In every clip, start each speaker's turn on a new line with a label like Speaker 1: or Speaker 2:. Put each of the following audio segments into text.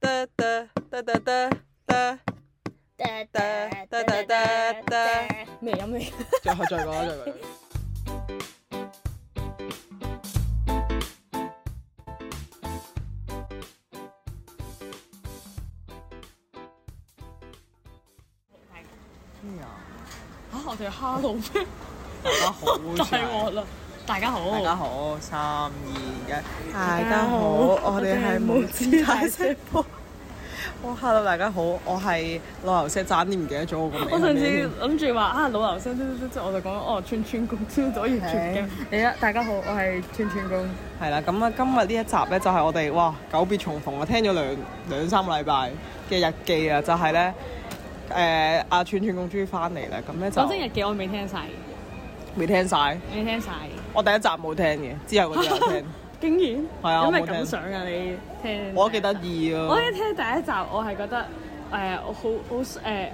Speaker 1: 哒哒哒哒哒哒，
Speaker 2: 哒
Speaker 1: 哒哒哒哒哒
Speaker 2: 未飲未？
Speaker 1: 再再講啦，再講啦。
Speaker 3: 咩啊？
Speaker 2: 嚇！我哋蝦到咩？
Speaker 3: 大家 好，
Speaker 2: 大鑊啦！大家好，
Speaker 3: 大家好，三二一，
Speaker 2: 大家好
Speaker 3: 我哋係
Speaker 2: 我哋係
Speaker 3: 無知大聲波。哇，hello，大家好，我係老牛車，爭啲唔記得咗我個名
Speaker 2: 我
Speaker 3: 係
Speaker 2: 上
Speaker 3: 咩
Speaker 2: 次
Speaker 3: 添。
Speaker 2: 諗住話啊老牛聲嘟嘟嘟，即係我就講哦串串 公燒咗完全嘅。你啊，大家好，我係串串公。
Speaker 3: 係啦，咁啊，今日呢一集咧就係我哋哇久別重逢啊，聽咗兩兩三個禮拜嘅日記啊，就係咧誒阿串串公終於翻嚟啦，咁咧
Speaker 2: 講真日
Speaker 3: 就
Speaker 2: 記我未聽晒，
Speaker 3: 未聽晒，
Speaker 2: 未聽晒，
Speaker 3: 我第一集冇聽嘅，之後嗰啲有 聽，
Speaker 2: 竟然
Speaker 3: 係啊
Speaker 2: 有
Speaker 3: 我
Speaker 2: 咩
Speaker 3: 冇聽
Speaker 2: 感想啊？你聽
Speaker 3: 我都幾得意啊。
Speaker 2: 我一聽第一集，我係覺得誒、我好好誒、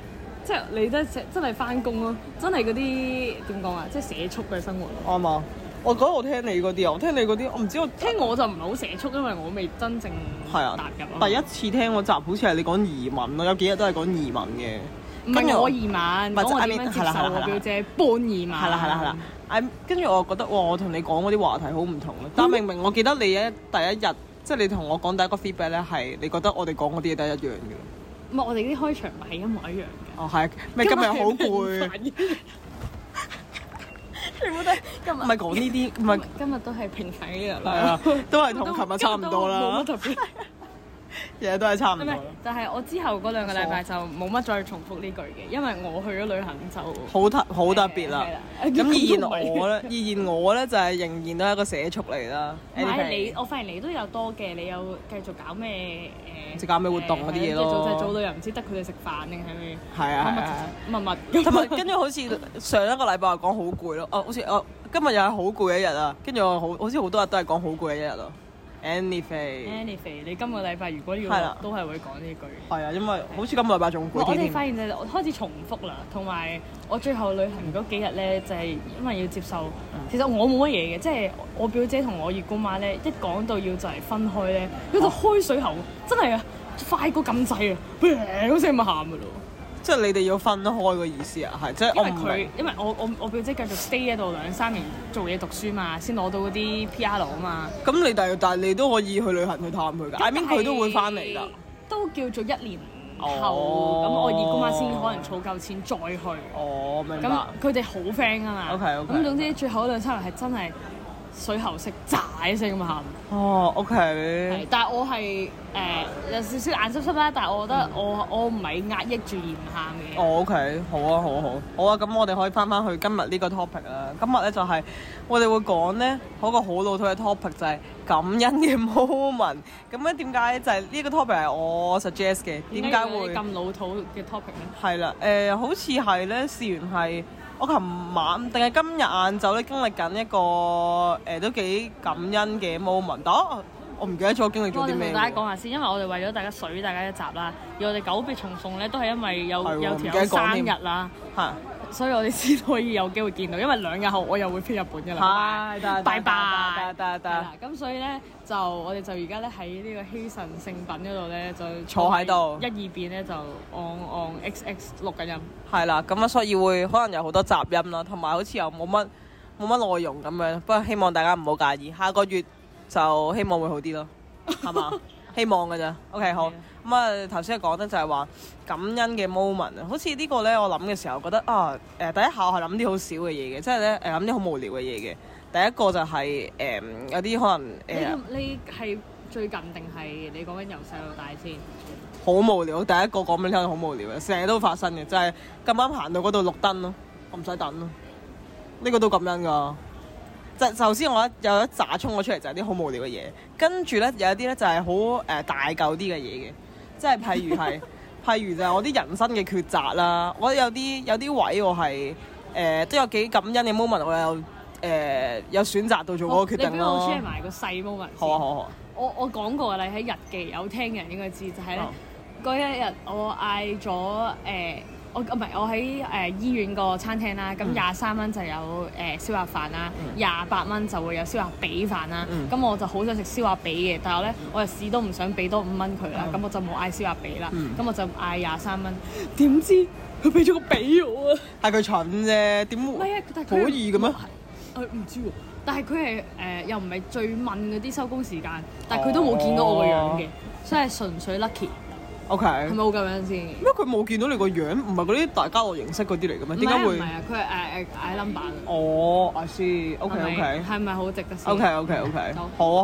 Speaker 2: 即係你真係真係翻工咯，真係嗰啲點講啊，即係社畜嘅生活。
Speaker 3: 啱啊！我覺得我聽你嗰啲啊，我聽你嗰啲，我唔知我
Speaker 2: 聽我就唔係好社畜，因為我未真正
Speaker 3: 係啊
Speaker 2: 踏入，
Speaker 3: 第一次聽嗰集好似係你講移民咯，有幾日都係講移民嘅。
Speaker 2: 唔
Speaker 3: 跟
Speaker 2: 係
Speaker 3: 住
Speaker 2: 我移民，講我點樣接受我表姐搬移民。
Speaker 3: 係啦係啦係啦，I'm- 跟住我覺得哇，我同你講嗰啲話題好唔同
Speaker 2: 嗯
Speaker 3: 咯。但明明我記得你一第一日，即係你同我講第一個 feedback 咧，係你覺得我哋講嗰啲嘢都係一樣嘅。
Speaker 2: 唔係我哋啲開場白係一模一樣嘅。
Speaker 3: 哦，係，咪今日好攰，
Speaker 2: 全部都係今日
Speaker 3: 唔係講呢啲，唔係
Speaker 2: 今日都係平凡嘅日
Speaker 3: 係
Speaker 2: 啦
Speaker 3: 啊。，都係同琴日差唔多
Speaker 2: 冇
Speaker 3: 啦
Speaker 2: 乜，特別。
Speaker 3: 日日都係差唔
Speaker 2: 唔
Speaker 3: 多
Speaker 2: 係
Speaker 3: 啦。，
Speaker 2: 就係我之後嗰兩個禮拜就冇乜再重複呢句嘅，因為我去咗旅行就
Speaker 3: 好特好特別啦
Speaker 2: 係啦。
Speaker 3: 咁依然
Speaker 2: 咁都唔係
Speaker 3: 我 咧，依然我咧就係仍然都係一個社畜嚟啦。啊
Speaker 2: 唔係
Speaker 3: Anyway
Speaker 2: 你，我發現你都有多嘅，你有繼續搞咩誒？
Speaker 3: 即係搞咩活動啊嗰啲嘢咯
Speaker 2: 誒係即係早就早到又唔知得佢哋食飯定係咩？
Speaker 3: 係啊係啊。
Speaker 2: 密密密密
Speaker 3: 同埋跟住好似上一個禮拜話講好攰咯，哦，好似哦今日又係好攰嘅一日啊，跟住我好好似好多日都係講好攰嘅一日咯。Annie 肥
Speaker 2: Annie 肥，你今個禮拜如果要
Speaker 3: 係啦
Speaker 2: 錄都係會講呢句。
Speaker 3: 係啊，因為好似今個禮拜仲
Speaker 2: 我
Speaker 3: 攰啲
Speaker 2: 哋
Speaker 3: 添。
Speaker 2: 發現就係我開始重複啦，同埋我最後旅行嗰幾日咧，就係、因為要接受。
Speaker 3: 嗯
Speaker 2: 其實我冇乜嘢嘅，即係我表姐同我二姑媽咧，一講到要就嚟分開咧，佢就開水喉，真係啊，快過咁滯啊，嗰聲咪喊噶咯。
Speaker 3: 即係你哋要分開個意思啊，係即係
Speaker 2: 因
Speaker 3: 我
Speaker 2: 為
Speaker 3: 唔
Speaker 2: 佢
Speaker 3: 明。
Speaker 2: 因為我我我表姐繼續 stay 喺度兩三年做嘢讀書嘛，先攞到嗰啲 PR 啊嘛。
Speaker 3: 咁你但係但係你都可以去旅行去探佢㗎，I mean 佢都會翻嚟㗎。，
Speaker 2: 都叫做一年後咁，
Speaker 3: 哦
Speaker 2: 我二姑媽先可能儲夠錢再去。
Speaker 3: 哦，明白
Speaker 2: 咁。佢哋好 friend 啊嘛。
Speaker 3: OK，OK
Speaker 2: 咁總之最後嗰兩三日係真係水喉式喳一聲咁喊。
Speaker 3: 哦
Speaker 2: 係
Speaker 3: ，OK，，
Speaker 2: 但係我係誒有少少眼濕濕啦，但係我覺得我我唔係壓抑住而唔喊嘅。
Speaker 3: 哦，OK，好啊，好啊，好啊，好啊，咁我哋可以翻翻去今日呢個 topic 啦。今日咧就係、我哋會講咧嗰個好老土嘅 topic 就係感恩嘅 moment。咁咧點解就係、呢個 topic 係我 suggest 嘅？點解
Speaker 2: 有啲
Speaker 3: 會
Speaker 2: 咁老土嘅 topic 咧？
Speaker 3: 係啦？誒、好似係咧，試完係我琴晚定係今日晏晝咧經歷緊一個誒、都幾感恩嘅 moment。但我我唔記得咗我經歷
Speaker 2: 我
Speaker 3: 咗
Speaker 2: 哋
Speaker 3: 啲
Speaker 2: 同
Speaker 3: 咩
Speaker 2: 大
Speaker 3: 喎。
Speaker 2: 家講下先，因為我哋為咗大家水大家一集啦，而我哋久別重逢咧，都係因為有
Speaker 3: 係喎
Speaker 2: 有
Speaker 3: 嗯唔記
Speaker 2: 條
Speaker 3: 得
Speaker 2: 友
Speaker 3: 講添
Speaker 2: 生日啦，
Speaker 3: 係
Speaker 2: 所以我哋先可以有機會見到。因為兩日後我又會飛日本嘅啦，
Speaker 3: 係得
Speaker 2: 拜拜
Speaker 3: 得得得
Speaker 2: 係
Speaker 3: 得
Speaker 2: 啦。咁所以咧就我哋就而家咧喺呢個希慎聖品嗰度咧就
Speaker 3: 坐喺度
Speaker 2: 一二邊咧就按按 X X 錄緊音。
Speaker 3: 係啦，咁啊，所以會可能有好多雜音啦，同埋好似又冇乜冇乜內容咁樣。不過希望大家唔好介意，下個月就希望會好啲咯，係嘛？希望㗎咋？OK，好
Speaker 2: 係啊。
Speaker 3: 咁啊，頭先講得就係話感恩嘅 moment 啊，好似呢個呢，我諗嘅時候覺得啊，誒、第一下我係諗啲好少嘅嘢嘅，即係呢，誒諗啲好無聊嘅嘢嘅。第一個就係、誒、有啲可能誒。
Speaker 2: 你咁你係最近定係你講緊由細到大先？
Speaker 3: 好無聊，第一個講俾你聽好無聊嘅，成日都發生嘅，就係咁啱行到嗰度綠燈咯，我唔使等咯，呢、個都咁樣噶。就首先我一有一紮衝咗出嚟就係啲好無聊嘅嘢，跟住呢，有一啲呢就係好誒大嚿啲嘅嘢嘅，即係譬如 係譬如就係我啲人生嘅抉擇啦，我有啲有啲位我係誒、呃都有幾感恩嘅 moment，我有誒、呃有選擇到做嗰個決
Speaker 2: 哦你
Speaker 3: 定
Speaker 2: 俾我
Speaker 3: 咯。
Speaker 2: share 埋個細 moment 先
Speaker 3: 好啊好啊好啊，
Speaker 2: 我我講過啦，你喺日記有聽嘅人應該知，就係咧
Speaker 3: 哦
Speaker 2: 嗰一日我嗌咗誒，我啊唔係我喺誒、呃醫院個餐廳啦，咁
Speaker 3: 嗯
Speaker 2: 廿三蚊就有誒、呃燒鴨飯啦，廿八蚊就會有燒鴨髀飯啦。
Speaker 3: 嗯
Speaker 2: 咁、我就好想食燒鴨髀嘅，但係我咧我
Speaker 3: 哦
Speaker 2: 又試都唔想俾多五蚊佢啦，咁、我就冇嗌燒鴨髀啦，
Speaker 3: 嗯
Speaker 2: 咁、我就嗌廿三蚊。
Speaker 3: 哦
Speaker 2: 點知佢俾咗個髀我啊！
Speaker 3: 係佢蠢啫，點
Speaker 2: 唔係啊，但係佢
Speaker 3: 可以嘅咩？？
Speaker 2: 誒唔知喎，但係佢係誒又唔係最問嗰啲收工時間，但
Speaker 3: 哦
Speaker 2: 係佢都冇見到我個樣嘅，所以係純粹 lucky，
Speaker 3: O K，
Speaker 2: 係
Speaker 3: 咁
Speaker 2: 咪好咁樣先？
Speaker 3: 佢冇見到你個樣，唔係嗰啲大家樂形式嗰啲嚟嘅咩？
Speaker 2: 唔
Speaker 3: 點
Speaker 2: 係啊
Speaker 3: 解
Speaker 2: 唔
Speaker 3: 會
Speaker 2: 係？啊，佢係誒誒嗌 number 嘅
Speaker 3: 哦，I see，O
Speaker 2: 係
Speaker 3: K O
Speaker 2: 咪
Speaker 3: K
Speaker 2: 係咪好值得先
Speaker 3: O K O K O K，
Speaker 2: 好
Speaker 3: 好啊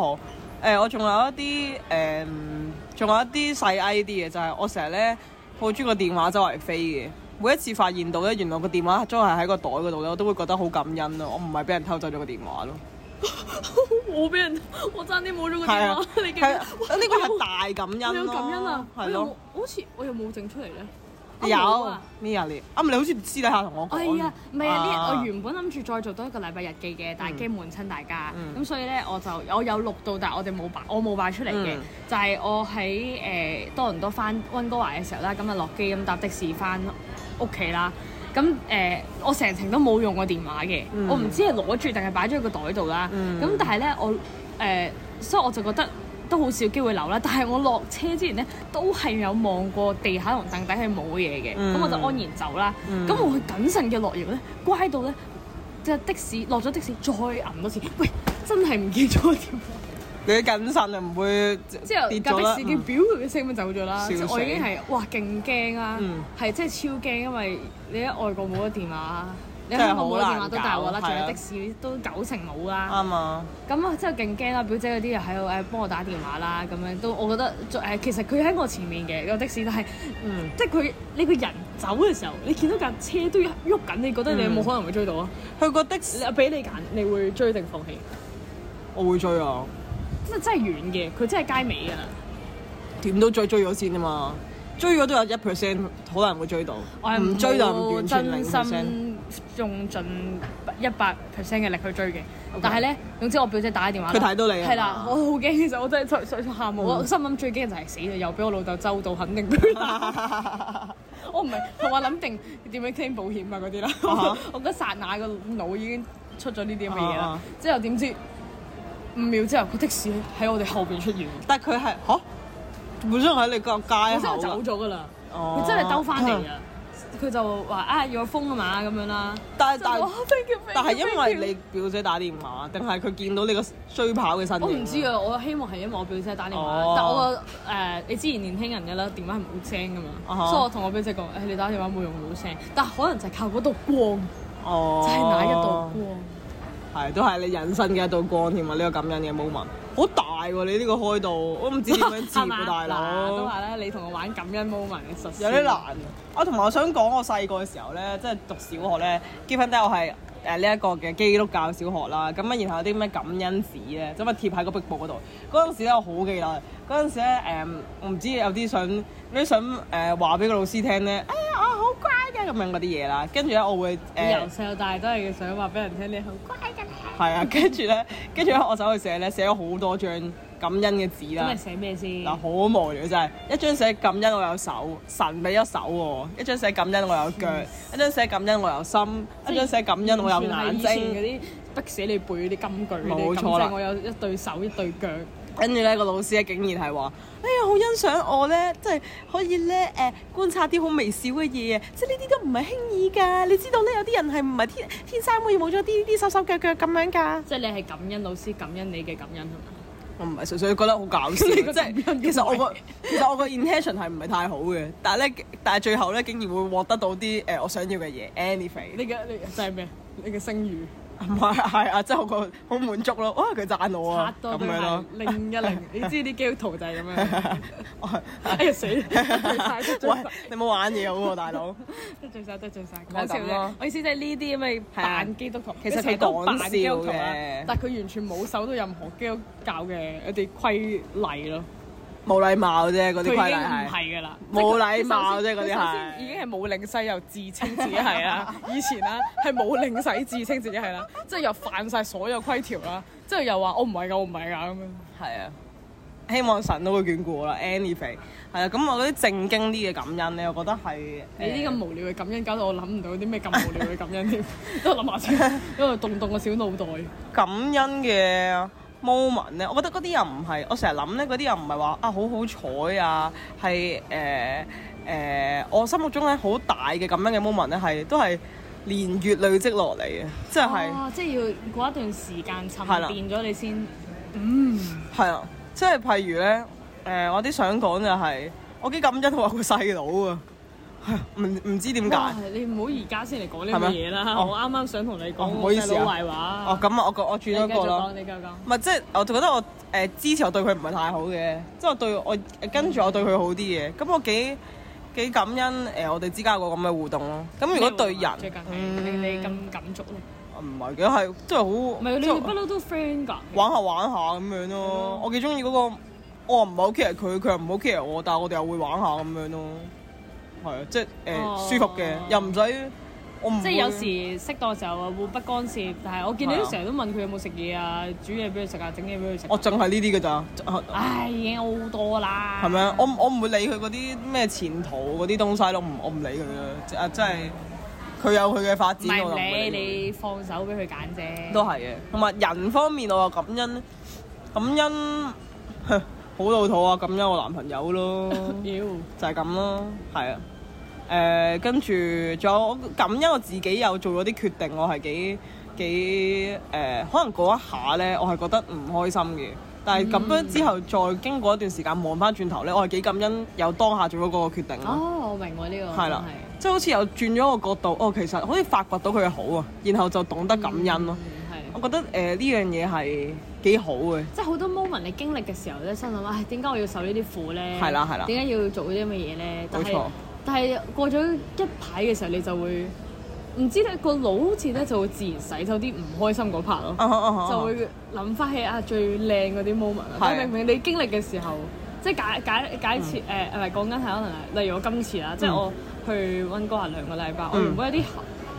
Speaker 3: 好。誒，我仲有一啲誒，仲有一啲細 I 啲嘅，就係我成日咧抱住個電話周圍飛嘅。每一次發現到咧，原來個電話真係喺個袋嗰度咧，我都會覺得好感恩咯。我唔係俾人偷走咗個電話 咯。
Speaker 2: 我俾人我爭啲冇咗個
Speaker 3: 係
Speaker 2: 電
Speaker 3: 啊
Speaker 2: 話， 你記唔記
Speaker 3: 係
Speaker 2: 得
Speaker 3: 啊，呢個係大感
Speaker 2: 我
Speaker 3: 恩
Speaker 2: 有
Speaker 3: 咯。
Speaker 2: 感恩啊！我
Speaker 3: 係
Speaker 2: 有
Speaker 3: 咯
Speaker 2: 冇。好似我有冇整出嚟咧？我冇
Speaker 3: 有
Speaker 2: 啊
Speaker 3: 咩啊你？啱你好似私底下同我講。
Speaker 2: 哎呀，唔係啊！呢我原本諗住再做多一個禮拜日記嘅，但係驚悶親大家，
Speaker 3: 嗯
Speaker 2: 咁所以咧我就我有錄到，但係我哋冇擺，我冇擺出嚟嘅
Speaker 3: 嗯，
Speaker 2: 就係我喺誒多倫多翻温哥華嘅時候啦，咁啊落機咁搭的士翻屋企啦。咁誒、我成程都冇用過電話嘅，
Speaker 3: 嗯
Speaker 2: 我唔知係攞住定係擺咗喺個袋度啦。咁、
Speaker 3: 嗯
Speaker 2: 但係咧，我誒、所以我就覺得都好少機會留啦。但係我落車之前咧，都係有望過地下同凳底係冇嘢嘅，咁、
Speaker 3: 嗯
Speaker 2: 我就安然走啦。咁、
Speaker 3: 嗯
Speaker 2: 我謹慎嘅落完咧，乖到咧，即係的士落咗的士再揞多次，喂，真係唔見咗個電話
Speaker 3: 你謹慎啊，唔會
Speaker 2: 之後
Speaker 3: 跌
Speaker 2: 架
Speaker 3: 咗啦嗯
Speaker 2: 的。士嘅表佢嘅聲咪走咗啦，
Speaker 3: 笑
Speaker 2: 即係我
Speaker 3: 死
Speaker 2: 已經係哇勁驚啦
Speaker 3: 嗯，
Speaker 2: 係真係超驚，因為你喺外國冇咗電話，你
Speaker 3: 真
Speaker 2: 喺
Speaker 3: 係
Speaker 2: 香港冇咗電話都大鑊
Speaker 3: 好
Speaker 2: 啦，
Speaker 3: 難
Speaker 2: 仲
Speaker 3: 搞啊
Speaker 2: 有的士都九成冇啦。
Speaker 3: 啱啊，
Speaker 2: 咁啊，之後勁驚啦，表姐嗰啲又喺度誒幫我打電話啦，咁樣都我覺得誒其實佢喺我前面嘅個的士，但係
Speaker 3: 嗯，
Speaker 2: 即係佢你個人走嘅時候，你見到架車都喐緊，你覺得你有冇可能會追到啊？
Speaker 3: 佢個的士
Speaker 2: 你俾你揀，你會追定放棄？
Speaker 3: 我會追啊，
Speaker 2: 即係真係遠嘅，佢真係街尾㗎啦。
Speaker 3: 點都追追咗先啊嘛，追咗都有一 percent 好難會追到，
Speaker 2: 我係
Speaker 3: 唔追就唔完全零
Speaker 2: 真
Speaker 3: percent。
Speaker 2: 心用盡一百 percent 嘅力去追嘅。但係咧，總之我表姐打咗電話啦，
Speaker 3: 佢睇到你啊
Speaker 2: 係啦，我好驚。其實我真係想想想喊喎，我心諗最驚就係死啦，又俾我老豆周到，肯定俾佢打我唔係同我諗定點樣 claim 保險啊嗰啲啦
Speaker 3: 哈。
Speaker 2: 我嗰剎那個腦已經出咗呢啲咁嘅嘢
Speaker 3: 啊
Speaker 2: 啦
Speaker 3: 哈。
Speaker 2: 之後點知五秒之後個的士喺我哋後邊出現，
Speaker 3: 但佢係嚇，本身喺你個街
Speaker 2: 我真係
Speaker 3: 口，
Speaker 2: 走
Speaker 3: 啊
Speaker 2: 咗㗎啦。
Speaker 3: 哦
Speaker 2: 佢真係兜翻嚟啊！佢就話啊要風啊嘛咁樣啦。
Speaker 3: 但係
Speaker 2: 就話
Speaker 3: 但係
Speaker 2: 啊 thank you，
Speaker 3: 但係
Speaker 2: thank you，
Speaker 3: 因
Speaker 2: thank you
Speaker 3: 為你表姐打電話，定係佢見到你個追跑嘅身
Speaker 2: 我
Speaker 3: 影？
Speaker 2: 唔知啊，我希望係因為我表姐打電話，
Speaker 3: 哦
Speaker 2: 但我個誒你之前年輕人嘅啦，電話係冇聲噶嘛，
Speaker 3: 啊哈
Speaker 2: 所以我同我表姐講誒你打電話冇用冇聲，但可能就係靠嗰道光，
Speaker 3: 哦，
Speaker 2: 就係那一道光。
Speaker 3: 係，都係你人生嘅一道光添啊！呢、個感恩嘅 moment，好大喎、你呢個開到，我唔知點樣接
Speaker 2: 係
Speaker 3: 喎，大
Speaker 2: 嗱都
Speaker 3: 佬，
Speaker 2: 話咧，你同我玩感恩 moment 嘅實
Speaker 3: 有啲難。啊，同埋我想講，我細個嘅時候咧，即係讀小學咧，基本低我係誒呢一個嘅基督教小學啦。咁啊，然後有啲咩感恩紙咧，咁啊貼喺個壁布嗰度。嗰陣時咧，我好記得，嗰陣時咧誒，我唔知有啲想，有啲想誒話俾個老師聽咧，哎呀，我好乖嘅咁樣嗰啲嘢啦。跟住咧，我會誒。
Speaker 2: 你由細到大都係想話俾人聽你好乖㗎啦。
Speaker 3: 係啊， 跟住咧，跟住咧，我走去寫咧，寫咗好多張感恩嘅紙
Speaker 2: 咁
Speaker 3: 啦
Speaker 2: 你。寫咩先？
Speaker 3: 嗱，好無聊真係，一張寫感恩我有手，神俾咗手喎；一張寫感恩我有腳，
Speaker 2: 嗯
Speaker 3: 一張寫感恩我有心，一張寫感恩我有眼
Speaker 2: 完全係以前嗰
Speaker 3: 睛。
Speaker 2: 啲逼死你背嗰啲金句嗰啲，
Speaker 3: 冇
Speaker 2: 咁
Speaker 3: 錯啦
Speaker 2: 即係我有一對手一對腳，
Speaker 3: 跟住咧，個老師咧竟然係話：哎呀，好欣賞我咧，即係可以咧誒、觀察啲好微小嘅嘢啊！即係呢啲都唔係輕易㗎。你知道咧，有啲人係唔係天天生會冇咗啲啲手手腳腳咁樣㗎。
Speaker 2: 即係你係感恩老師感恩你嘅感恩係嘛？
Speaker 3: 我唔係純粹覺得好搞笑，啊
Speaker 2: 你
Speaker 3: 即
Speaker 2: 個
Speaker 3: 係
Speaker 2: 感恩
Speaker 3: 其實我個 其實我個 intention 係唔係太好嘅，但係咧，但係最後咧竟然會獲得到啲誒、呃我想要嘅嘢，anyway，
Speaker 2: 你嘅你即係咩？你嘅聲譽
Speaker 3: 唔係係啊，即係我個好滿足咯，哇佢讚我
Speaker 2: 拍
Speaker 3: 啊，
Speaker 2: 多
Speaker 3: 咁
Speaker 2: 對
Speaker 3: 樣
Speaker 2: 鞋
Speaker 3: 咯，
Speaker 2: 零一零，你知啲基督徒就係 咁樣。
Speaker 3: 我
Speaker 2: 哎呀 死啦！得罪
Speaker 3: 喂你冇玩嘢好喎，大 佬，
Speaker 2: 得罪晒，得罪晒。
Speaker 3: 咪係
Speaker 2: 講笑
Speaker 3: 咁
Speaker 2: 啫
Speaker 3: 咯。啊
Speaker 2: 我意思即係呢啲咁咪扮基督徒，
Speaker 3: 其實
Speaker 2: 你成日都
Speaker 3: 佢
Speaker 2: 扮
Speaker 3: 講
Speaker 2: 基督徒
Speaker 3: 笑
Speaker 2: 啦
Speaker 3: 嘅
Speaker 2: 但係佢完全冇守到任何基督教嘅一呃啲規例咯。
Speaker 3: 冇禮貌啫嗰
Speaker 2: 佢
Speaker 3: 啲
Speaker 2: 已
Speaker 3: 規例
Speaker 2: 經唔
Speaker 3: 係，
Speaker 2: 係㗎啦，
Speaker 3: 冇禮貌啫
Speaker 2: 即係佢
Speaker 3: 嗰啲
Speaker 2: 佢首先
Speaker 3: 係
Speaker 2: 已經係冇領洗又自稱自己 係啦，以前啦係冇領洗自稱自己係哦啦，即係又犯晒所有規條啦，之後又話我唔係㗎，我唔係㗎咁樣。
Speaker 3: 係啊，希望神都會眷顧我啦。Anyway，係啊，咁我嗰啲正經啲嘅感恩咧，我覺得係
Speaker 2: 你呢
Speaker 3: 誒
Speaker 2: 咁無聊嘅感恩，搞到我諗唔到啲咩咁無聊嘅感恩 添，都諗下先，因為動動個小腦袋。
Speaker 3: 感恩嘅 moment 咧，我覺得嗰啲又唔係，我成日諗咧嗰啲又唔係話啊好好彩啊，係誒誒，我心目中咧好大嘅感恩嘅 moment 咧係都係年月累積落嚟嘅，即係
Speaker 2: 哦，即係要過一段時間沉
Speaker 3: 係啦
Speaker 2: 澱咗你先。
Speaker 3: 係啊，即係譬如咧誒、我啲想講就係、我幾感恩我有個細佬啊， 係啊唔唔知點解。
Speaker 2: 哇！你唔好而家先嚟講呢
Speaker 3: 係咩
Speaker 2: 個嘢啦，
Speaker 3: 哦
Speaker 2: 我啱啱想同你講
Speaker 3: 哦唔好
Speaker 2: 我
Speaker 3: 意思
Speaker 2: 細
Speaker 3: 啊
Speaker 2: 佬壞話。
Speaker 3: 哦，咁啊，我我轉
Speaker 2: 你
Speaker 3: 咗
Speaker 2: 繼續
Speaker 3: 個啦
Speaker 2: 講，。你繼續講。
Speaker 3: 唔係即係我就覺得我誒、呃之前我對佢唔係太好嘅，即係我對我跟住我對佢好啲嘅，咁我幾幾感恩誒、呃我哋之間有個咁嘅互動咯。咁如果對人，
Speaker 2: 最近係
Speaker 3: 嗯
Speaker 2: 令你咁感觸咧，
Speaker 3: 唔係嘅係真係好，
Speaker 2: 唔係你
Speaker 3: 即係
Speaker 2: 不嬲都 friend 㗎。
Speaker 3: 玩下玩下咁樣咯。我幾中意嗰個，我唔係好 care 佢，佢又唔好 care 我，但係我哋又會玩下咁樣咯。係啊，即係誒、呃
Speaker 2: 哦
Speaker 3: 舒服嘅，又唔使我唔
Speaker 2: 即係有
Speaker 3: 會
Speaker 2: 時適當時候會不干涉，但係我見你
Speaker 3: 係
Speaker 2: 都
Speaker 3: 啊
Speaker 2: 成日都問佢有冇食嘢啊，煮嘢俾佢食啊，整嘢俾佢食啊。
Speaker 3: 我淨係呢啲嘅咋。
Speaker 2: 唉，已經好多啦。
Speaker 3: 係咪啊？我唔我唔會理佢嗰啲咩前途嗰啲東西咯，唔我唔理佢啦。即啊，真係佢有佢嘅發
Speaker 2: 唔
Speaker 3: 展，我就唔
Speaker 2: 係
Speaker 3: 會
Speaker 2: 你，
Speaker 3: 理
Speaker 2: 你放手俾佢揀啫。
Speaker 3: 佢都係嘅。同埋人方面，我又感恩，感恩好老土啊！感恩我男朋友咯，
Speaker 2: 妖，
Speaker 3: 就係咁咯，係啊。誒、跟住仲有我感恩我自己有做咗啲決定，我係幾幾誒、可能嗰一下咧，我係覺得唔開心嘅。但係
Speaker 2: 嗯
Speaker 3: 咁樣之後，再經過一段時間望翻轉頭咧，我係幾感恩有當下做咗嗰個決定咯。
Speaker 2: 哦，我明喎呢個。
Speaker 3: 係啦，即係好似又轉咗個角度，哦，其實好似發掘到佢嘅好啊，然後就懂得感恩咯。
Speaker 2: 真係。嗯係
Speaker 3: 我覺得誒呢、樣嘢係幾好嘅，
Speaker 2: 即係好多 moment 你經歷嘅時候咧，心諗唉，點解我要受呢啲苦咧？
Speaker 3: 係啦係啦
Speaker 2: 點解要做呢啲咁嘅嘢咧？但
Speaker 3: 冇
Speaker 2: 係
Speaker 3: 錯
Speaker 2: 但係過咗一排嘅時候，你就會唔知咧個腦好似咧就會自然洗走啲唔開心嗰 part 咯，
Speaker 3: 啊哈啊哈
Speaker 2: 就會諗翻起啊最靚嗰啲 moment 啊
Speaker 3: 係。
Speaker 2: 但係明明你經歷嘅時候，即係假假假設誒唔係講緊係可能係，例如我今次啊啦，即係
Speaker 3: 嗯
Speaker 2: 我去温哥華兩個禮拜，我
Speaker 3: 嗯
Speaker 2: 原本有啲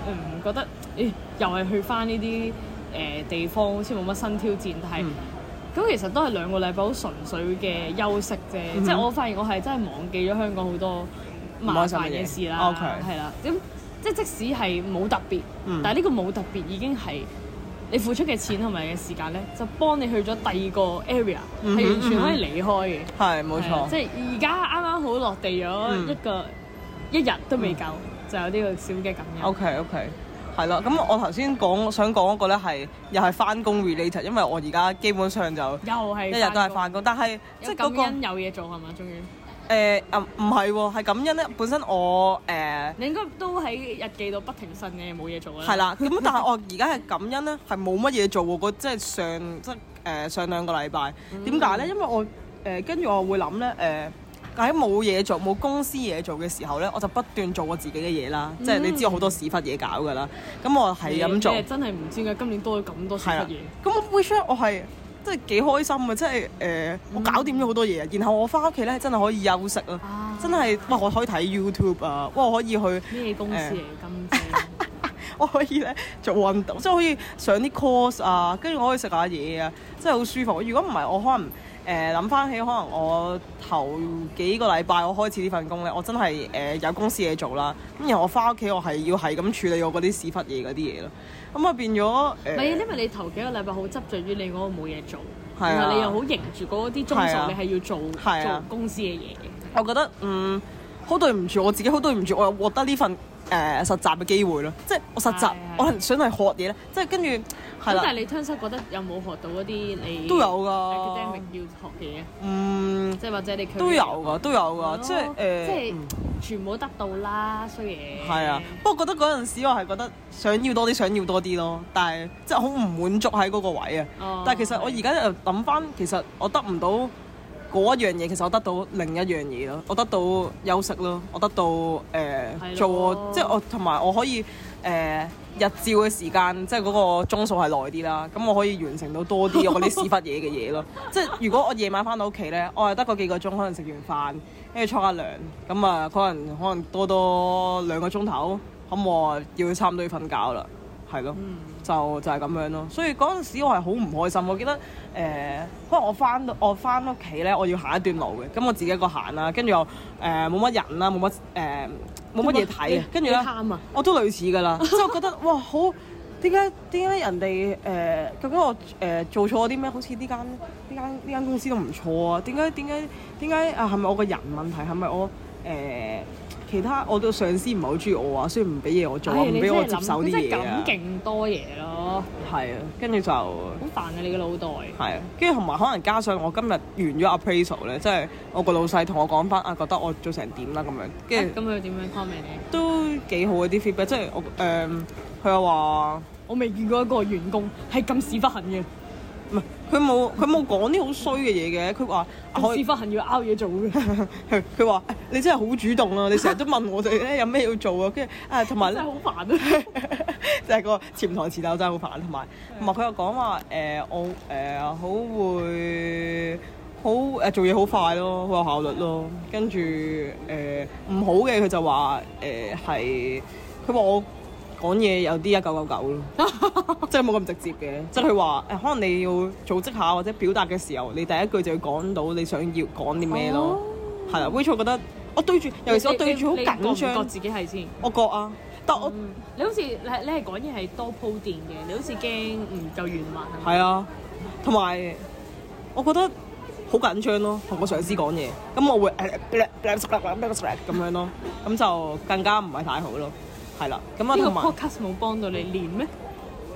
Speaker 2: 唔覺得，咦又係去翻呢啲誒地方，好似冇乜新挑戰，但係。
Speaker 3: 嗯
Speaker 2: 咁其實都係兩個禮拜好純粹嘅休息啫，
Speaker 3: 嗯
Speaker 2: 即係我發現我係真係忘記咗香港好多麻煩嘅事啦，
Speaker 3: 唔開心嘅嘢
Speaker 2: 係啦，咁即係即使係冇特別，
Speaker 3: 嗯
Speaker 2: 但係呢個冇特別已經係你付出嘅錢同埋嘅時間咧，就幫你去咗第二個 area，係、
Speaker 3: 嗯哼
Speaker 2: 完全可以離開嘅，
Speaker 3: 係冇
Speaker 2: 係啊
Speaker 3: 錯，
Speaker 2: 即係而家啱啱好落地咗
Speaker 3: 嗯
Speaker 2: 一個、一日都未夠，就有呢個小嘅感恩。
Speaker 3: OK OK，係啦。咁我頭先講想講嗰個咧係又係翻工 related，因為我而家基本上就
Speaker 2: 又係
Speaker 3: 一日都係翻工，但係即係
Speaker 2: 有
Speaker 3: 嗰、
Speaker 2: 感
Speaker 3: 個
Speaker 2: 恩有嘢做係嘛？終於，
Speaker 3: 誒啊唔係喎，係感恩咧。本身我誒。
Speaker 2: 你應該都喺日記度不停呻嘅冇嘢做啦。
Speaker 3: 係啦， 咁但係我而家係感恩咧，係冇乜嘢做喎，嗰即係上即係誒上兩個禮拜。
Speaker 2: 嗯
Speaker 3: 點解咧？因為我誒跟住我會諗咧誒喺冇嘢做、冇公司嘢做嘅時候咧，我就不斷做我自己嘅嘢啦。即係你知我好多屎忽嘢搞㗎啦，咁我係咁做
Speaker 2: 你係，真係唔知點解今年多咗咁多屎
Speaker 3: 係啦
Speaker 2: 忽嘢。。
Speaker 3: 咁我 wish 咧我係。即係幾開心啊！即係誒、
Speaker 2: 嗯
Speaker 3: 我搞掂咗好多嘢，啊然後我翻屋企咧真係可以休息啊！
Speaker 2: 啊
Speaker 3: 真係哇，我可以睇 YouTube 啊，哇，我可以去
Speaker 2: 咩公司嚟嘅今次？
Speaker 3: 我可以咧做運動，即係可以上啲 course 啊，跟住我可以食下嘢啊，真係好舒服。如果唔係，我可能誒諗翻起，可能我頭幾個禮拜我開始呢份工咧，我真係誒、呃有公司嘢做啦。咁然後我翻屋企，我係要係咁處理我嗰啲屎忽嘢嗰啲嘢咯。咁啊變咗誒，
Speaker 2: 唔係，因為你頭幾個禮拜好執着於你嗰個冇嘢做，
Speaker 3: 係啊
Speaker 2: 然後你又好迎住嗰啲鐘
Speaker 3: 係
Speaker 2: 數，
Speaker 3: 啊
Speaker 2: 你係要做
Speaker 3: 係啊
Speaker 2: 做公司嘅嘢。
Speaker 3: 我覺得嗯好對唔住我自己，好對唔住我又獲得呢份誒、呃、實習嘅機會咯。即係我實
Speaker 2: 係
Speaker 3: 習
Speaker 2: 係，
Speaker 3: 我係想係學嘢咧，即係跟住係
Speaker 2: 咁但
Speaker 3: 啦
Speaker 2: 係，你吞失覺得有冇學到嗰啲你
Speaker 3: 都有啊
Speaker 2: academic
Speaker 3: 㗎，
Speaker 2: 要學嘅嘢？
Speaker 3: 嗯。
Speaker 2: 即係或者你 career
Speaker 3: 都有㗎，都有㗎，
Speaker 2: 咯
Speaker 3: 即係誒，
Speaker 2: 即係
Speaker 3: 嗯
Speaker 2: 全部得到啦，衰嘢。
Speaker 3: 係啊。不過覺得嗰陣時我係覺得想要多啲，想要多啲咯，但係即係好唔滿足喺嗰個位啊。
Speaker 2: 哦
Speaker 3: 但係其實我而家又諗翻，其實我得唔到嗰一樣嘢，其實我得到另一樣嘢咯。我得到休息咯，我得到誒、呃
Speaker 2: 係咯
Speaker 3: 做我即係我同埋我可以誒、呃日照嘅時間，即係嗰個鐘數係耐啲啦。咁我可以完成到多啲我嗰啲屎忽嘢嘅嘢咯。 即係如果我夜晚翻到屋企咧，我係得嗰幾個鐘，可能食完飯跟住沖下涼，咁啊可能可能多多兩個鐘頭，咁我要差唔多要瞓覺啦。係係咯。
Speaker 4: 嗯，
Speaker 3: 就就係咁樣咯。所以嗰陣時我係好唔開心，我記得誒、呃可能我翻到我翻屋企咧，我要行一段路嘅，咁我自己一個行啦，跟住又誒冇乜人啦，冇乜呃誒冇乜嘢睇啊，跟住
Speaker 4: 你
Speaker 3: 咧
Speaker 4: 喊啊！
Speaker 3: 我都類似㗎 啦，即係我覺得哇好。點解點解人哋誒、呃究竟我誒、呃做錯咗啲咩？好似呢間呢間呢間公司都唔錯啊！點解點解點解啊？係咪我個人問題？係咪我誒、呃其他我個上司唔係好中意我啊？所以唔俾嘢我做啊，
Speaker 2: 唉
Speaker 3: 唔
Speaker 2: 哎你
Speaker 3: 俾、
Speaker 2: 真
Speaker 3: 我
Speaker 2: 係
Speaker 3: 接手
Speaker 2: 諗，
Speaker 3: 啲
Speaker 2: 你真係
Speaker 3: 嘢啊
Speaker 2: 咁！勁多嘢咯，
Speaker 3: 係啊，跟住就係
Speaker 2: 好煩啊！你個腦袋
Speaker 3: 啊，跟住同埋可能加上我今日完咗 appraisal 咧，即係我個老細同我講翻啊，覺得我做成點啦咁樣，跟
Speaker 2: 啊咁
Speaker 3: 住
Speaker 2: 佢點樣 comment 你？
Speaker 3: 都幾好嗰啊啲 feedback，即係我誒佢又話
Speaker 2: 我未見過一個員工係咁屎忽痕嘅，
Speaker 3: 唔係佢冇佢冇講啲好衰嘅嘢嘅，佢話啊
Speaker 2: 咁
Speaker 3: 可
Speaker 2: 屎
Speaker 3: 以
Speaker 2: 忽痕要拗嘢做嘅，
Speaker 3: 佢佢話哎你真係好主動啊，你成日都問我哋咧有咩要做啊，跟住啊同埋
Speaker 2: 真
Speaker 3: 咧
Speaker 2: 係。好煩 啊！
Speaker 3: 就係個潛台詞就真係好煩，同埋
Speaker 2: 嗯
Speaker 3: 同埋佢又講話誒我誒、好會好誒、做嘢好快咯，好有效率咯，跟住誒唔好嘅佢就話誒係佢話我講嘢有啲一九九九 咯。即係冇咁直接嘅，即係佢話誒，可能你要組織下或者表達嘅時候，你第一句就要講到你想要講啲咩咯，係啦、which 我覺得我對住，尤其是我對住好
Speaker 2: 哦你你你
Speaker 3: 緊
Speaker 2: 覺唔覺
Speaker 3: 張，
Speaker 2: 自己係先。
Speaker 3: 我覺啊，但
Speaker 2: Ừ.
Speaker 3: 我。
Speaker 2: 你好似你係你係講嘢係多鋪墊嘅，你好似驚唔夠圓滑係咪？
Speaker 3: 係啊，同埋我覺得好緊張咯，同個上司講嘢，咁我會呃咁樣咯，咁就更加唔係太好咯，係啦，咁啊
Speaker 2: 呢個
Speaker 3: 同埋
Speaker 2: podcast 冇幫到你練咩？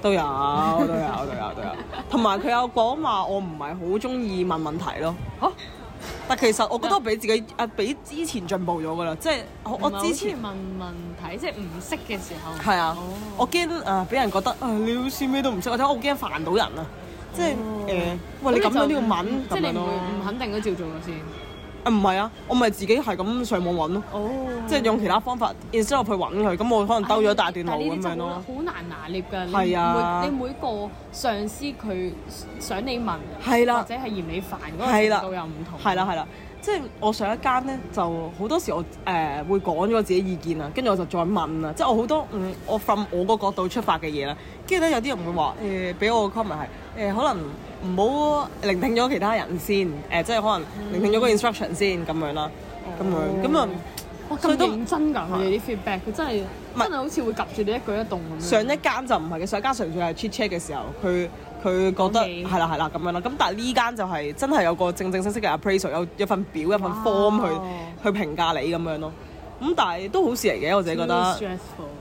Speaker 3: 都有都有都有都有，同埋佢有講話我唔係好中意問問題咯，
Speaker 2: 嚇
Speaker 3: 但其實我覺得我比自己啊比之前進步咗噶啦，即係我我
Speaker 2: 唔係好
Speaker 3: 之前
Speaker 2: 中意。問問題，即係唔識嘅時候。
Speaker 3: 係啊
Speaker 2: 哦，
Speaker 3: 我驚啊俾人覺得啊你好似咩都唔識，或者我驚煩到人啊，即係誒喂你咁樣都要問
Speaker 2: 即
Speaker 3: 咁
Speaker 2: 係哦你
Speaker 3: 樣
Speaker 2: 唔
Speaker 3: 咯
Speaker 2: 會唔肯定都照做嘅先。
Speaker 3: 啊唔係啊，我咪自己係咁上網揾咯，
Speaker 2: 哦
Speaker 3: 即係用其他方法 instead of 去揾佢，咁我可能兜咗一大段
Speaker 2: 啊
Speaker 3: 路咁樣咯。
Speaker 2: 好難拿捏㗎。你
Speaker 3: 係啊
Speaker 2: 每你每個上司佢想你問，
Speaker 3: 係啦
Speaker 2: 或者係嫌你煩嗰
Speaker 3: 係
Speaker 2: 個
Speaker 3: 啦
Speaker 2: 程度又唔同。
Speaker 3: 係啦係啦，即係我上一間咧就好多時我誒、呃、會講咗我自己意見啊，跟住我就再問啊，即係我好多嗯我 from 我個角度出發嘅嘢啦，跟住咧有啲人會話誒俾我個 comment 係誒可能。唔好聆聽咗其他人先，誒、即係可能聆聽咗個 instruction 先咁樣啦，咁樣咁啊、
Speaker 2: 哇
Speaker 3: 所
Speaker 2: 咁
Speaker 3: 以都
Speaker 2: 認真㗎，佢哋啲 feedback，佢真係
Speaker 3: 唔係
Speaker 2: 真係好似會及住你一舉一動咁樣。
Speaker 3: 上一間就唔係嘅，上一間純粹係 chit chat 嘅時候，佢佢覺得
Speaker 2: 講起
Speaker 3: 係啦係啦咁樣啦。咁但係呢間就係真係有個正正式式嘅 appraisal，有一份表一份 form 去去評價你咁樣咯。咁但係都好事嚟嘅，我自己覺得
Speaker 2: stressful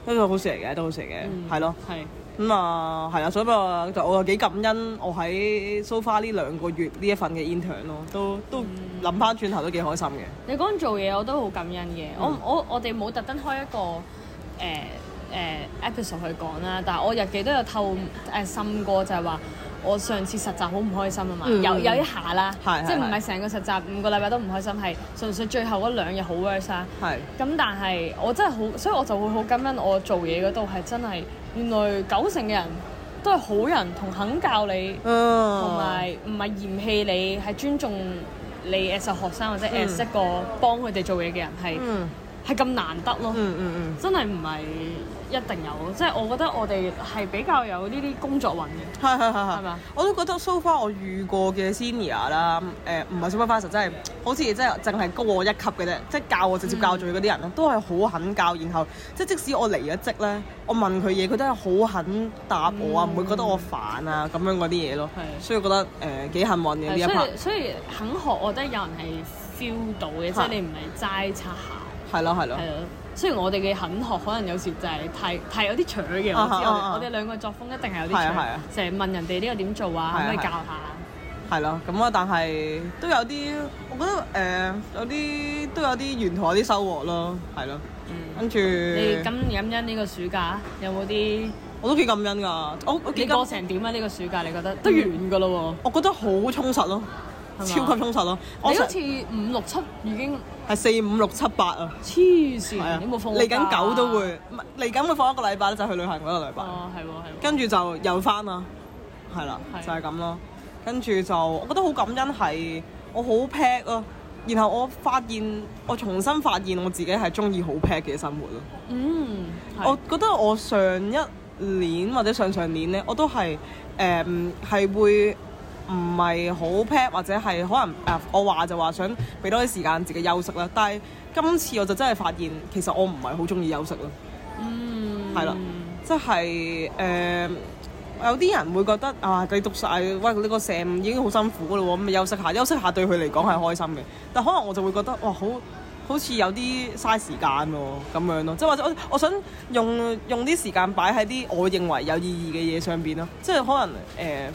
Speaker 3: 都係好事嚟嘅，都好事嚟
Speaker 2: 嗯
Speaker 3: 嘅，係咯。
Speaker 2: 係
Speaker 3: 咁啊係啦，所以我就我又幾感恩我喺 so far 呢兩個月呢一份嘅 intern 咯，都都
Speaker 2: 嗯
Speaker 3: 諗翻轉頭都幾開心嘅。
Speaker 2: 你講做嘢我都好感恩嘅，
Speaker 3: 嗯
Speaker 2: 我我我哋冇特登開一個誒。誒 episode 去講啦，但係我日記都有透誒滲過，就係話我上次實習好唔開心啊嘛，
Speaker 3: 嗯
Speaker 2: 有有一下啦，
Speaker 3: 係
Speaker 2: 即係
Speaker 3: 係
Speaker 2: 唔係成個實習五個禮拜都唔開心，係純粹最後嗰兩日好 worse 啊啦。
Speaker 3: 係
Speaker 2: 咁但係我真係好，所以我就會好感恩我做嘢嗰度係真係原來九成嘅人都係好人，同肯教你，
Speaker 3: 嗯，
Speaker 2: 同埋唔係嫌棄你，係尊重你 as a 學生或者
Speaker 3: 嗯
Speaker 2: as 一個幫佢哋做嘢嘅人係
Speaker 3: 嗯
Speaker 2: 係咁難得咯，
Speaker 3: 嗯嗯嗯
Speaker 2: 真係唔係一定有，即係我覺得我哋係比較有呢啲工作運嘅，
Speaker 3: 係係係
Speaker 2: 係咪啊
Speaker 3: 我都覺得 so far 我遇過嘅 senior 啦，誒唔係 supervisor 真係好似真係淨係高我一級嘅啫，即係教我直接教做嘢嗰啲人
Speaker 2: 嗯
Speaker 3: 咧，都係好肯教，然後即係即使我離咗職咧，我問佢嘢，佢都係好肯答我啊，唔、會覺得我煩啊咁樣嗰啲嘢咯，
Speaker 2: 嗯係
Speaker 3: 所以我覺得誒、幾幸運嘅呢一
Speaker 2: 係
Speaker 3: part，
Speaker 2: 所以所以肯學，我覺得有人係 feel 到嘅，即係
Speaker 3: 係
Speaker 2: 你唔係齋擦鞋。
Speaker 3: 係咯係咯
Speaker 2: 係，啊，雖然我哋嘅肯學可能有時就係太太有啲扯嘅，我
Speaker 3: 啊哈
Speaker 2: 知我
Speaker 3: 啊
Speaker 2: 哋
Speaker 3: 哈
Speaker 2: 我哋兩個作風一定係有
Speaker 3: 係啊
Speaker 2: 啲
Speaker 3: 係啊
Speaker 2: 扯，成日問人哋呢個點做
Speaker 3: 係
Speaker 2: 啊，可
Speaker 3: 啊
Speaker 2: 唔可以
Speaker 3: 係啊
Speaker 2: 教下？
Speaker 3: 係咯，咁啊但係都有啲，我覺得誒、有啲都有啲沿途有啲收穫咯，係咯，跟住
Speaker 2: 嗯你咁飲飲呢個暑假有冇啲？
Speaker 3: 我都幾感恩㗎，我我幾
Speaker 2: 你
Speaker 3: 感
Speaker 2: 過成點啊？呢個暑假你覺得都完㗎咯
Speaker 3: 我覺得好充實咯，嗯超
Speaker 2: 係
Speaker 3: 級
Speaker 2: 嘛
Speaker 3: 充實咯。
Speaker 2: 喎！
Speaker 3: 我
Speaker 2: 你好
Speaker 3: 上
Speaker 2: 似五六七已經
Speaker 3: 係四五六七八 啊，
Speaker 2: 黐
Speaker 3: 係
Speaker 2: 線，
Speaker 3: 啊，
Speaker 2: 你冇放過
Speaker 3: 嚟
Speaker 2: 假
Speaker 3: 緊九都會，唔係嚟緊會放一個禮拜咧，就去旅行嗰個禮拜，
Speaker 2: 哦，係喎係喎，
Speaker 3: 跟住就又翻啦，係啦，
Speaker 2: 係
Speaker 3: 就係咁咯。跟住就我覺得好感恩係我好 pack 咯，然後我發現我重新發現我自己係中意好 pack 嘅生活咯。
Speaker 2: 嗯，係
Speaker 3: 我覺得我上一年或者上上年咧，我都係誒係會唔係好 pat 或者係可能誒、呃我話就話想俾多啲時間自己休息啦。但係今次我就真係發現，其實我唔係好中意休息咯。
Speaker 2: 嗯，
Speaker 3: 係啦即係誒、呃有啲人會覺得啊，你讀晒，喂，你個成已經好辛苦噶咯喎，咁咪休息下，休息下對佢嚟講係開心嘅。但可能我就會覺得哇，好好似有啲嘥時間喎，咁樣咯。即係或者我我想用用啲時間擺喺啲我認為有意義嘅嘢上邊咯，即係可能誒。呃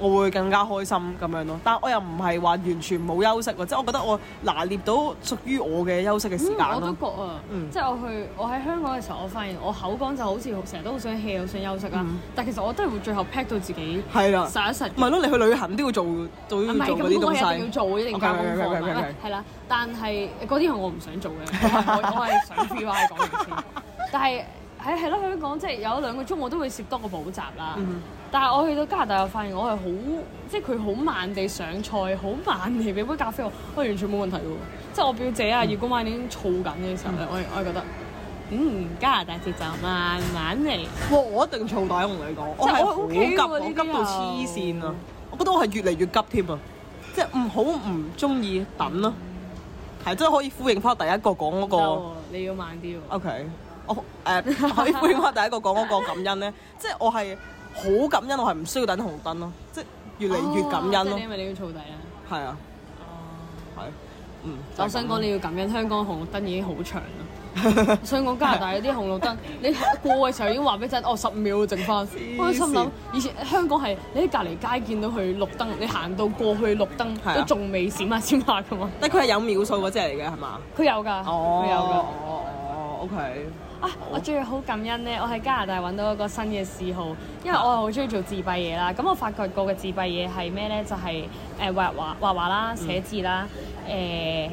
Speaker 3: 我會更加開心咁樣咯，但我又唔係話完全冇休息喎，即係我覺得我拿捏到屬於我嘅休息嘅時間
Speaker 2: 嗯我
Speaker 3: 咯
Speaker 2: 都。覺啊，
Speaker 3: 嗯
Speaker 2: 即係我去我喺香港嘅時候，我發現我口講就好似成日都好想 hea，好想休息啦。啊
Speaker 3: 嗯
Speaker 2: 但其實我都係會最後 pack 到自己
Speaker 3: 係啦，
Speaker 2: 實一實嘅。
Speaker 3: 唔係咯，你去旅行都要做，都要
Speaker 2: 唔係
Speaker 3: 做
Speaker 2: 咁，
Speaker 3: 嗰
Speaker 2: 嗰
Speaker 3: 啲
Speaker 2: 個係
Speaker 3: 東
Speaker 2: 一定要
Speaker 3: 西。
Speaker 2: 做，一定交功課啊
Speaker 3: OK，OK，OK，OK，
Speaker 2: 嘛
Speaker 3: OK，
Speaker 2: 係啦。但係嗰啲係我唔想做嘅，我係我我係想 free 話你講完先。但係係係咯，香港即係有一兩個鐘我都會攝多個補習啦。
Speaker 3: 嗯
Speaker 2: 但係我去到加拿大，我發現我係好即係佢好慢地上菜，好慢地俾杯咖啡我，我完全冇問題嘅喎。即係我表姐啊、月姑媽已經燥緊嘅時候咧，我我係覺得。嗯，加拿大節奏慢慢嚟，
Speaker 3: 哇！我一定燥底，我同你講，我
Speaker 2: 即係
Speaker 3: 係
Speaker 2: 我
Speaker 3: 好
Speaker 2: OK
Speaker 3: 急，
Speaker 2: 喎
Speaker 3: 我
Speaker 2: 呢啲
Speaker 3: 急到黐線啊！我覺得我係越嚟越急添啊！即係唔好唔中意等咯，係真係可以呼應翻第一個講嗰
Speaker 2: 得
Speaker 3: 個啊
Speaker 2: 喎，你要慢啲喎。
Speaker 3: OK，我誒可以呼應翻第一個講嗰個感恩咧，即係我係好感恩，我係唔需要等紅燈咯，即係越嚟越感
Speaker 2: 哦
Speaker 3: 恩
Speaker 2: 即係
Speaker 3: 咯
Speaker 2: 你，因為你要燥底啊。
Speaker 3: 係啊，係，嗯，就係
Speaker 2: 我想
Speaker 3: 咁
Speaker 2: 講
Speaker 3: 咯
Speaker 2: 你要感恩香港紅綠燈已經好長 啦。我想講加拿大有啲紅綠燈，你過嘅時候已經話俾你聽，哦十秒剩翻。我心諗
Speaker 3: 線
Speaker 2: 以前香港係你喺隔離街見到佢綠燈，你行到過去綠
Speaker 3: 係
Speaker 2: 燈
Speaker 3: 啊
Speaker 2: 都仲未閃下閃下噶嘛。
Speaker 3: 但佢係有秒數嗰只嚟嘅係嘛？
Speaker 2: 佢有㗎，
Speaker 3: 哦，
Speaker 2: 佢有㗎。
Speaker 3: 哦哦，OK。
Speaker 2: 啊！我最好感恩咧，我喺加拿大揾到一個新嘅嗜好，因為我係好中意做自閉嘢啦。咁我發覺過嘅自閉嘢係咩咧？就係、誒畫畫
Speaker 3: 嗯
Speaker 2: 畫畫啦、寫字啦，誒、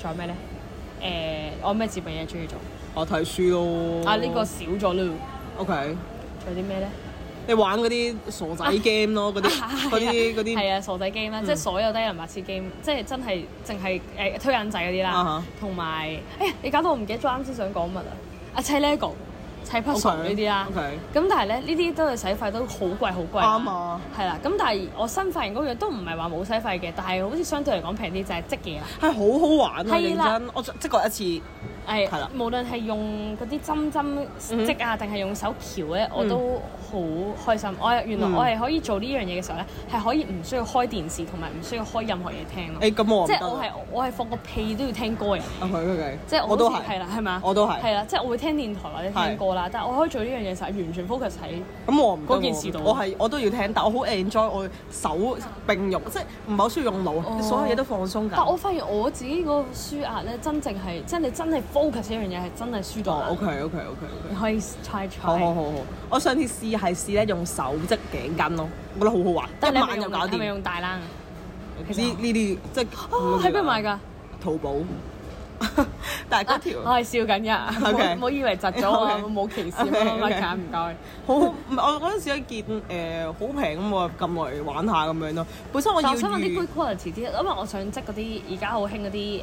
Speaker 2: 仲有咩咧？誒、我咩自閉嘢中意做？
Speaker 3: 我啊睇書咯。
Speaker 2: 啊！呢、個少咗咯，
Speaker 3: OK，
Speaker 2: 仲有啲咩咧？
Speaker 3: 你玩嗰啲傻仔 game 咯， 嗰啲 嗰啲嗰啲嗯
Speaker 2: 啊係啊，傻仔 game 啦，即係所有低能白痴 game，即係真係淨係誒推引仔嗰啲
Speaker 3: 啊
Speaker 2: 啦
Speaker 3: 哈，
Speaker 2: 同埋哎呀，你搞到我唔記得咗啱先想講乜啊！啊砌 lego、砌 puzzle 呢啲啦。
Speaker 3: OK，
Speaker 2: 咁但係咧，呢啲都係使費都好貴好貴啦。
Speaker 3: 啱啊！
Speaker 2: 係啦，咁但係我新發現嗰樣都唔係話冇使費嘅，但係好似相對嚟講平啲，就係積嘢啊啦。
Speaker 3: 係好好玩啊！
Speaker 2: 係
Speaker 3: 認
Speaker 2: 啦
Speaker 3: 真，我即過一次。
Speaker 2: 係
Speaker 3: 係啦，嗯
Speaker 2: 無論係用嗰啲針針織啊，定係用手橋咧，我都好開心。我原來
Speaker 3: 嗯
Speaker 2: 我係可以做呢樣嘢嘅時候咧，係可以唔需要開電視，同埋唔需要開任何嘢聽咯。
Speaker 3: 誒咁我唔
Speaker 2: 即
Speaker 3: 得
Speaker 2: 係我係
Speaker 3: 啊。
Speaker 2: 我係放個屁都要聽歌嘅人。
Speaker 3: OK OK，
Speaker 2: 即係我
Speaker 3: 我都
Speaker 2: 好似係
Speaker 3: 係。
Speaker 2: 啦，係嘛？
Speaker 3: 我都係
Speaker 2: 係啦，即係我會聽電台或者聽歌啦，但係我可以做呢樣嘢就係完全 focus 喺
Speaker 3: 咁我唔得
Speaker 2: 嗰件事度
Speaker 3: 我係我都要聽，但我好 enjoy 我手並用，即係唔係好需要用腦，
Speaker 2: 哦
Speaker 3: 你所有嘢都放鬆
Speaker 2: 但我
Speaker 3: 緊。
Speaker 2: 發現我自己個舒壓咧，真正係即係你真係 focus 一樣嘢係真係輸咗
Speaker 3: 哦
Speaker 2: 啦。
Speaker 3: ，OK OK OK
Speaker 2: 你
Speaker 3: OK，
Speaker 2: 可以 try try。
Speaker 3: 好好好好。我上次試係試咧用手織頸巾咯，我覺得好好玩，
Speaker 2: 但係
Speaker 3: 一
Speaker 2: 你係咪
Speaker 3: 晚
Speaker 2: 用
Speaker 3: 就搞
Speaker 2: 係咪
Speaker 3: 掂。
Speaker 2: 用大冷啊？
Speaker 3: 呢
Speaker 2: 其
Speaker 3: 呢
Speaker 2: 實
Speaker 3: 啲即係
Speaker 2: 哦，喺邊買㗎？
Speaker 3: 淘寶， 但係嗰條
Speaker 2: 啊我係笑緊㗎，唔好
Speaker 3: OK
Speaker 2: 唔好以為窒咗我啊
Speaker 3: OK
Speaker 2: 冇歧視
Speaker 3: OK，
Speaker 2: 乜乜乜
Speaker 3: OK
Speaker 2: 㗎，唔該。
Speaker 3: 好好唔係我嗰陣時一件誒好平咁，我撳落嚟玩下咁樣咯。本身我
Speaker 2: 但
Speaker 3: 要
Speaker 2: 我想問啲 good
Speaker 3: 預
Speaker 2: quality 啲，因為我想織嗰啲而家好興嗰啲誒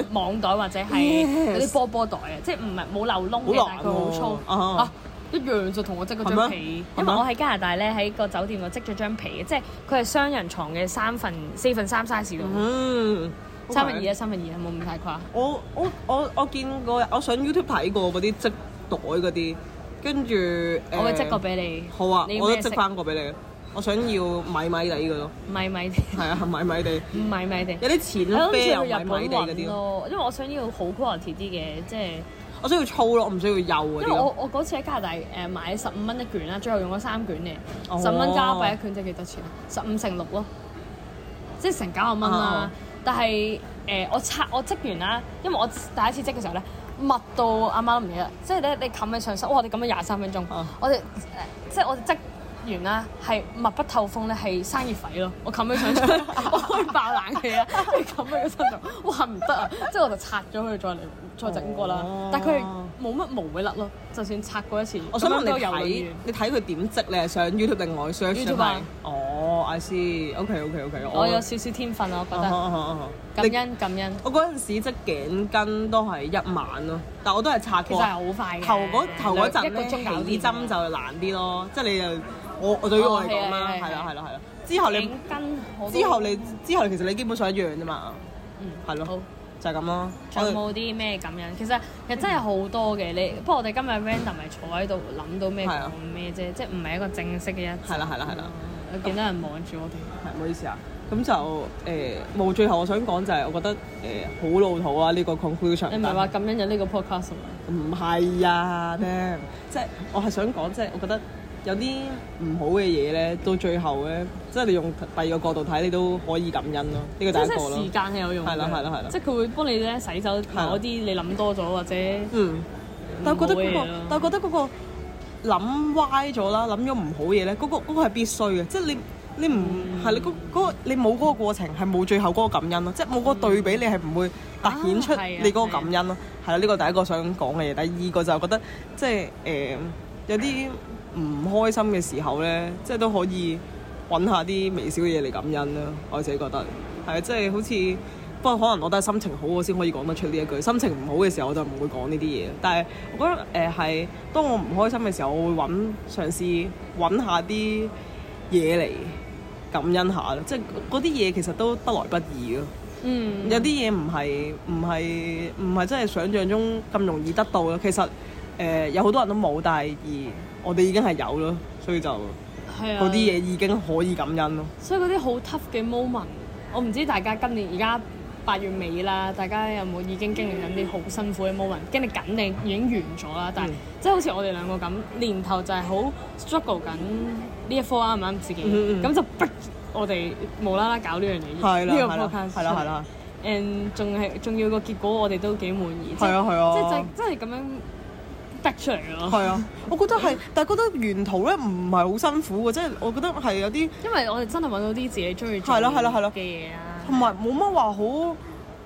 Speaker 3: 袋
Speaker 2: 網袋或者係嗰
Speaker 3: Yes
Speaker 2: 啲波波袋啊，即係唔係冇漏窿嘅，
Speaker 3: 好
Speaker 2: 但
Speaker 3: 難
Speaker 2: 係佢好粗
Speaker 3: 喎啊
Speaker 2: 啊。一樣就同我織嗰
Speaker 3: 係咩
Speaker 2: 張被，
Speaker 3: 係
Speaker 2: 因為
Speaker 3: 咩
Speaker 2: 我喺加拿大咧喺個酒店度織咗張被嘅，即係佢係雙人床嘅三分四分三 size 度，
Speaker 3: 嗯
Speaker 2: 三分二啊，
Speaker 3: 啊！
Speaker 2: 三分二啊，冇咁太誇。
Speaker 3: 我我我我見過，我上 YouTube 睇過嗰啲織袋嗰啲，跟住誒
Speaker 2: 我會織個俾你，
Speaker 3: 好啊
Speaker 2: 你，要
Speaker 3: 我都
Speaker 2: 咩色
Speaker 3: 織翻個俾你。我想要米米地嘅咯，
Speaker 2: 米 米地，
Speaker 3: 係啊，米米地
Speaker 2: 唔米米地。
Speaker 3: 有啲
Speaker 2: 我
Speaker 3: 淺
Speaker 2: 諗
Speaker 3: 啡
Speaker 2: 住
Speaker 3: 又
Speaker 2: 去日
Speaker 3: 米米
Speaker 2: 本
Speaker 3: 地嗰
Speaker 2: 揾
Speaker 3: 啲咯。
Speaker 2: 咯，因為我想要好 quality 啲嘅，即係
Speaker 3: 我需要粗咯，我唔需要幼嗰
Speaker 2: 因為
Speaker 3: 啲咯。
Speaker 2: 我我嗰次喺加拿大誒買十五蚊一卷啦，最後用咗三卷
Speaker 3: 哦
Speaker 2: 嘅，十蚊加幣一卷即係幾多錢？十五乘六咯，即係成九十蚊啦
Speaker 3: 啊。
Speaker 2: 但係誒我拆我織完啦，因為我第一次織嘅時候咧。密到阿媽都唔記得，即係咧你冚喺上身，哇！我哋咁樣廿三分鐘，
Speaker 3: 啊
Speaker 2: 我哋誒即係我哋織完啦，係密不透風咧，係生熱痱咯。我冚喺上 身，我可以爆冷氣 啦，即係冚喺個身度，哇唔得啊！即係我就拆咗佢再嚟再整過啦，
Speaker 3: 哦
Speaker 2: 但係佢係冇乜毛會甩咯，就算拆過一次，
Speaker 3: 我想問
Speaker 2: 咁樣
Speaker 3: 你
Speaker 2: 都有
Speaker 3: 睇
Speaker 2: 嘅。
Speaker 3: 你睇佢點織，你係上 YouTube 定外 search 定
Speaker 2: YouTube 啊
Speaker 3: 係哦 I see，OK OK OK，
Speaker 2: 我有少少天分啊，我
Speaker 3: 啊
Speaker 2: 覺
Speaker 3: 哈
Speaker 2: 得
Speaker 3: 啊哈啊哈
Speaker 2: 感
Speaker 3: 你
Speaker 2: 恩感恩，
Speaker 3: 我嗰陣時即頸巾都係一晚咯，但我都係拆
Speaker 2: 其實
Speaker 3: 過
Speaker 2: 係。好快嘅。
Speaker 3: 頭嗰頭嗰陣
Speaker 2: 一個
Speaker 3: 咧，
Speaker 2: 鐘搞
Speaker 3: 起
Speaker 2: 掂
Speaker 3: 啲針就難啲咯，即係你就我我對於我嚟講啦
Speaker 2: 哦，
Speaker 3: 係
Speaker 2: 係啊係
Speaker 3: 啦
Speaker 2: 啊
Speaker 3: 係啦係啦。之後你
Speaker 2: 頸巾好多
Speaker 3: 之後你之後其實你基本上一樣啫嘛，
Speaker 2: 嗯
Speaker 3: 係咯
Speaker 2: 好。
Speaker 3: 就係咁咯。
Speaker 2: 仲有冇啲咩咁樣？其實其實
Speaker 3: 嗯
Speaker 2: 真係好多嘅。你不過我哋今日 random 係坐喺度諗到咩
Speaker 3: 係啊
Speaker 2: 講咩啫，即係唔係一個正式嘅一集。嗯
Speaker 3: 係啦係啦係啦，
Speaker 2: 我見到人望住我哋，
Speaker 3: 係唔好意思啊。咁就誒冇最後我想講就係我覺得誒好老土啊呢個 conclusion。
Speaker 2: 你唔係話感恩有呢個 podcast 啊嘛？
Speaker 3: 唔係啊 d 即係我係想講，即係我覺得有啲唔好嘅嘢咧，到最後咧，即係你用第二個角度睇，你都可以感恩咯。呢個第一
Speaker 2: 即係
Speaker 3: 個咯
Speaker 2: 時，間係有用嘅。
Speaker 3: 係啦係啦係啦
Speaker 2: 即係佢會幫你咧洗走某啲你諗多咗或者
Speaker 3: 嗯。但係覺得嗰、個
Speaker 2: 唔好嘅嘢咯，
Speaker 3: 但係覺得嗰個諗歪咗啦，諗咗唔好嘢咧，嗰、個嗰、個係必須嘅，即係你。你唔
Speaker 2: 嗯
Speaker 3: 係你嗰、嗰個你冇嗰個過程，係冇最後嗰個感恩咯，即係冇嗰個對比，你係唔會突顯出
Speaker 2: 啊係啊
Speaker 3: 你嗰個感恩咯。係啦，呢個第一個想講嘅嘢，第二個就係覺得即係誒、呃有啲唔開心嘅時候咧，即係都可以揾下啲微小嘅嘢嚟感恩啦。我自己覺得係啊，即係好似不過可能我都係心情好，我先可以講得出呢一句。心情唔好嘅時候，我就唔會講呢啲嘢。但係我覺得誒係、當我唔開心嘅時候，我會揾嘗試揾下啲嘢嚟感恩下咯。即係嗰啲嘢其實都得來不易咯。
Speaker 2: 嗯
Speaker 3: 有啲嘢唔係唔係唔係真係想像中咁容易得到咯。其實誒、呃有好多人都冇，但係而我哋已經係有咯，所以就嗰
Speaker 2: 係啊
Speaker 3: 啲嘢已經可以感恩咯。
Speaker 2: 所以嗰啲好 tough 嘅 moment，我唔知大家今年而家八月尾啦，大家有冇已經經歷緊啲好辛苦嘅 moment？經歷緊定已經完咗啦，但係、
Speaker 3: 嗯
Speaker 2: 即係好似我哋兩個咁，年頭就係好 struggle 緊呢一科啱唔啱自己，咁、
Speaker 3: 嗯嗯
Speaker 2: 就逼我哋無啦啦搞呢樣嘢，
Speaker 3: 係啦，
Speaker 2: 呢
Speaker 3: 係
Speaker 2: 個
Speaker 3: 啦，
Speaker 2: podcast
Speaker 3: 係啦，係啦。
Speaker 2: and 仲係仲要個結果，我哋都幾滿意，
Speaker 3: 係啊係啊
Speaker 2: 即係就真係咁樣逼出嚟嘅咯。
Speaker 3: 係啊，我覺得係，但係覺得沿途咧唔係好辛苦嘅，即係我覺得係有啲
Speaker 2: 因為我哋真係揾到啲自己中意做
Speaker 3: 係啦係啦係啦
Speaker 2: 嘅嘢啊，
Speaker 3: 同埋冇乜話好誒、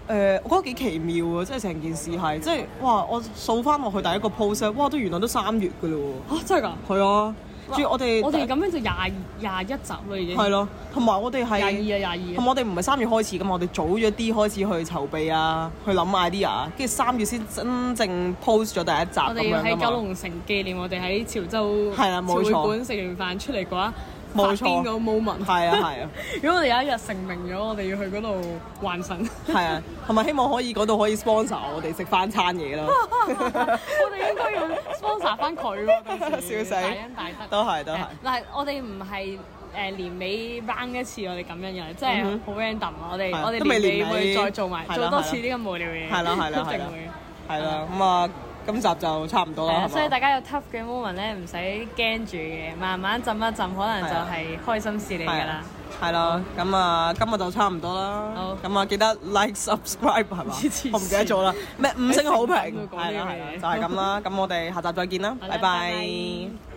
Speaker 3: 呃我覺得幾奇妙啊！即係成件事係，即係哇！我數翻落去第一個 post 呢哇都原來都三月嘅嘞喎，
Speaker 2: 嚇、真係㗎！
Speaker 3: 係啊，仲要我哋
Speaker 2: 我哋咁樣就廿二廿一集啦，已經
Speaker 3: 係咯，同埋我哋係
Speaker 2: 廿二啊廿
Speaker 3: 同
Speaker 2: 二
Speaker 3: 埋
Speaker 2: 啊。
Speaker 3: 我哋唔係三月開始噶嘛，我哋早咗啲開始去籌備啊，去諗 idea，跟住三月先真正 post 咗第一集咁
Speaker 2: 我哋要
Speaker 3: 樣㗎
Speaker 2: 喺
Speaker 3: 嘛
Speaker 2: 九龍城紀念我哋喺潮州
Speaker 3: 係啦冇錯
Speaker 2: 潮會館食完飯出嚟嗰一
Speaker 3: 冇錯
Speaker 2: 發癲個 moment。
Speaker 3: 係啊係啊
Speaker 2: 如果我哋有一日成名咗，我哋要去嗰度還神。
Speaker 3: 係啊，同埋希望可以嗰度可以 sponsor 我哋食翻餐嘢 咯，
Speaker 2: 我哋應該要 sponsor 翻佢喎，到
Speaker 3: 笑
Speaker 2: 時
Speaker 3: 死
Speaker 2: 大恩大德。
Speaker 3: 都係都係
Speaker 2: 誒。嗱，我哋唔係誒年尾 round 一次，我哋咁樣樣，即
Speaker 3: 嗯
Speaker 2: 係好 random 啊。我哋
Speaker 3: 係
Speaker 2: 我哋
Speaker 3: 都未
Speaker 2: 年尾
Speaker 3: 年尾
Speaker 2: 會再做埋
Speaker 3: 係啦
Speaker 2: 做多次呢咁無聊嘅嘢。
Speaker 3: 係啦係啦
Speaker 2: 一
Speaker 3: 係啦
Speaker 2: 定會。
Speaker 3: 係啦，咁啊，今集就差唔多
Speaker 2: 係
Speaker 3: 啦，
Speaker 2: 啊，
Speaker 3: 係
Speaker 2: 所以
Speaker 3: 嘛
Speaker 2: 大家有 tough 嘅 moment 咧，唔使驚住嘅，慢慢浸一浸，可能就
Speaker 3: 啊
Speaker 2: 係開心事嚟㗎
Speaker 3: 係
Speaker 2: 啦
Speaker 3: 啊。，係啦，咁啊，今日就差唔多啦
Speaker 2: 好，
Speaker 3: 咁啊，記得 like subscribe 係嘛
Speaker 2: 黐線，
Speaker 3: 我唔記得咗啦，咩五星好評
Speaker 2: 喺成品度講呢
Speaker 3: 係啦
Speaker 2: 樣
Speaker 3: 係啦，
Speaker 2: 嘢
Speaker 3: 就係咁啦，咁我哋下集再見啦，
Speaker 2: 好啦
Speaker 3: 拜
Speaker 2: 拜
Speaker 3: 拜
Speaker 2: 拜。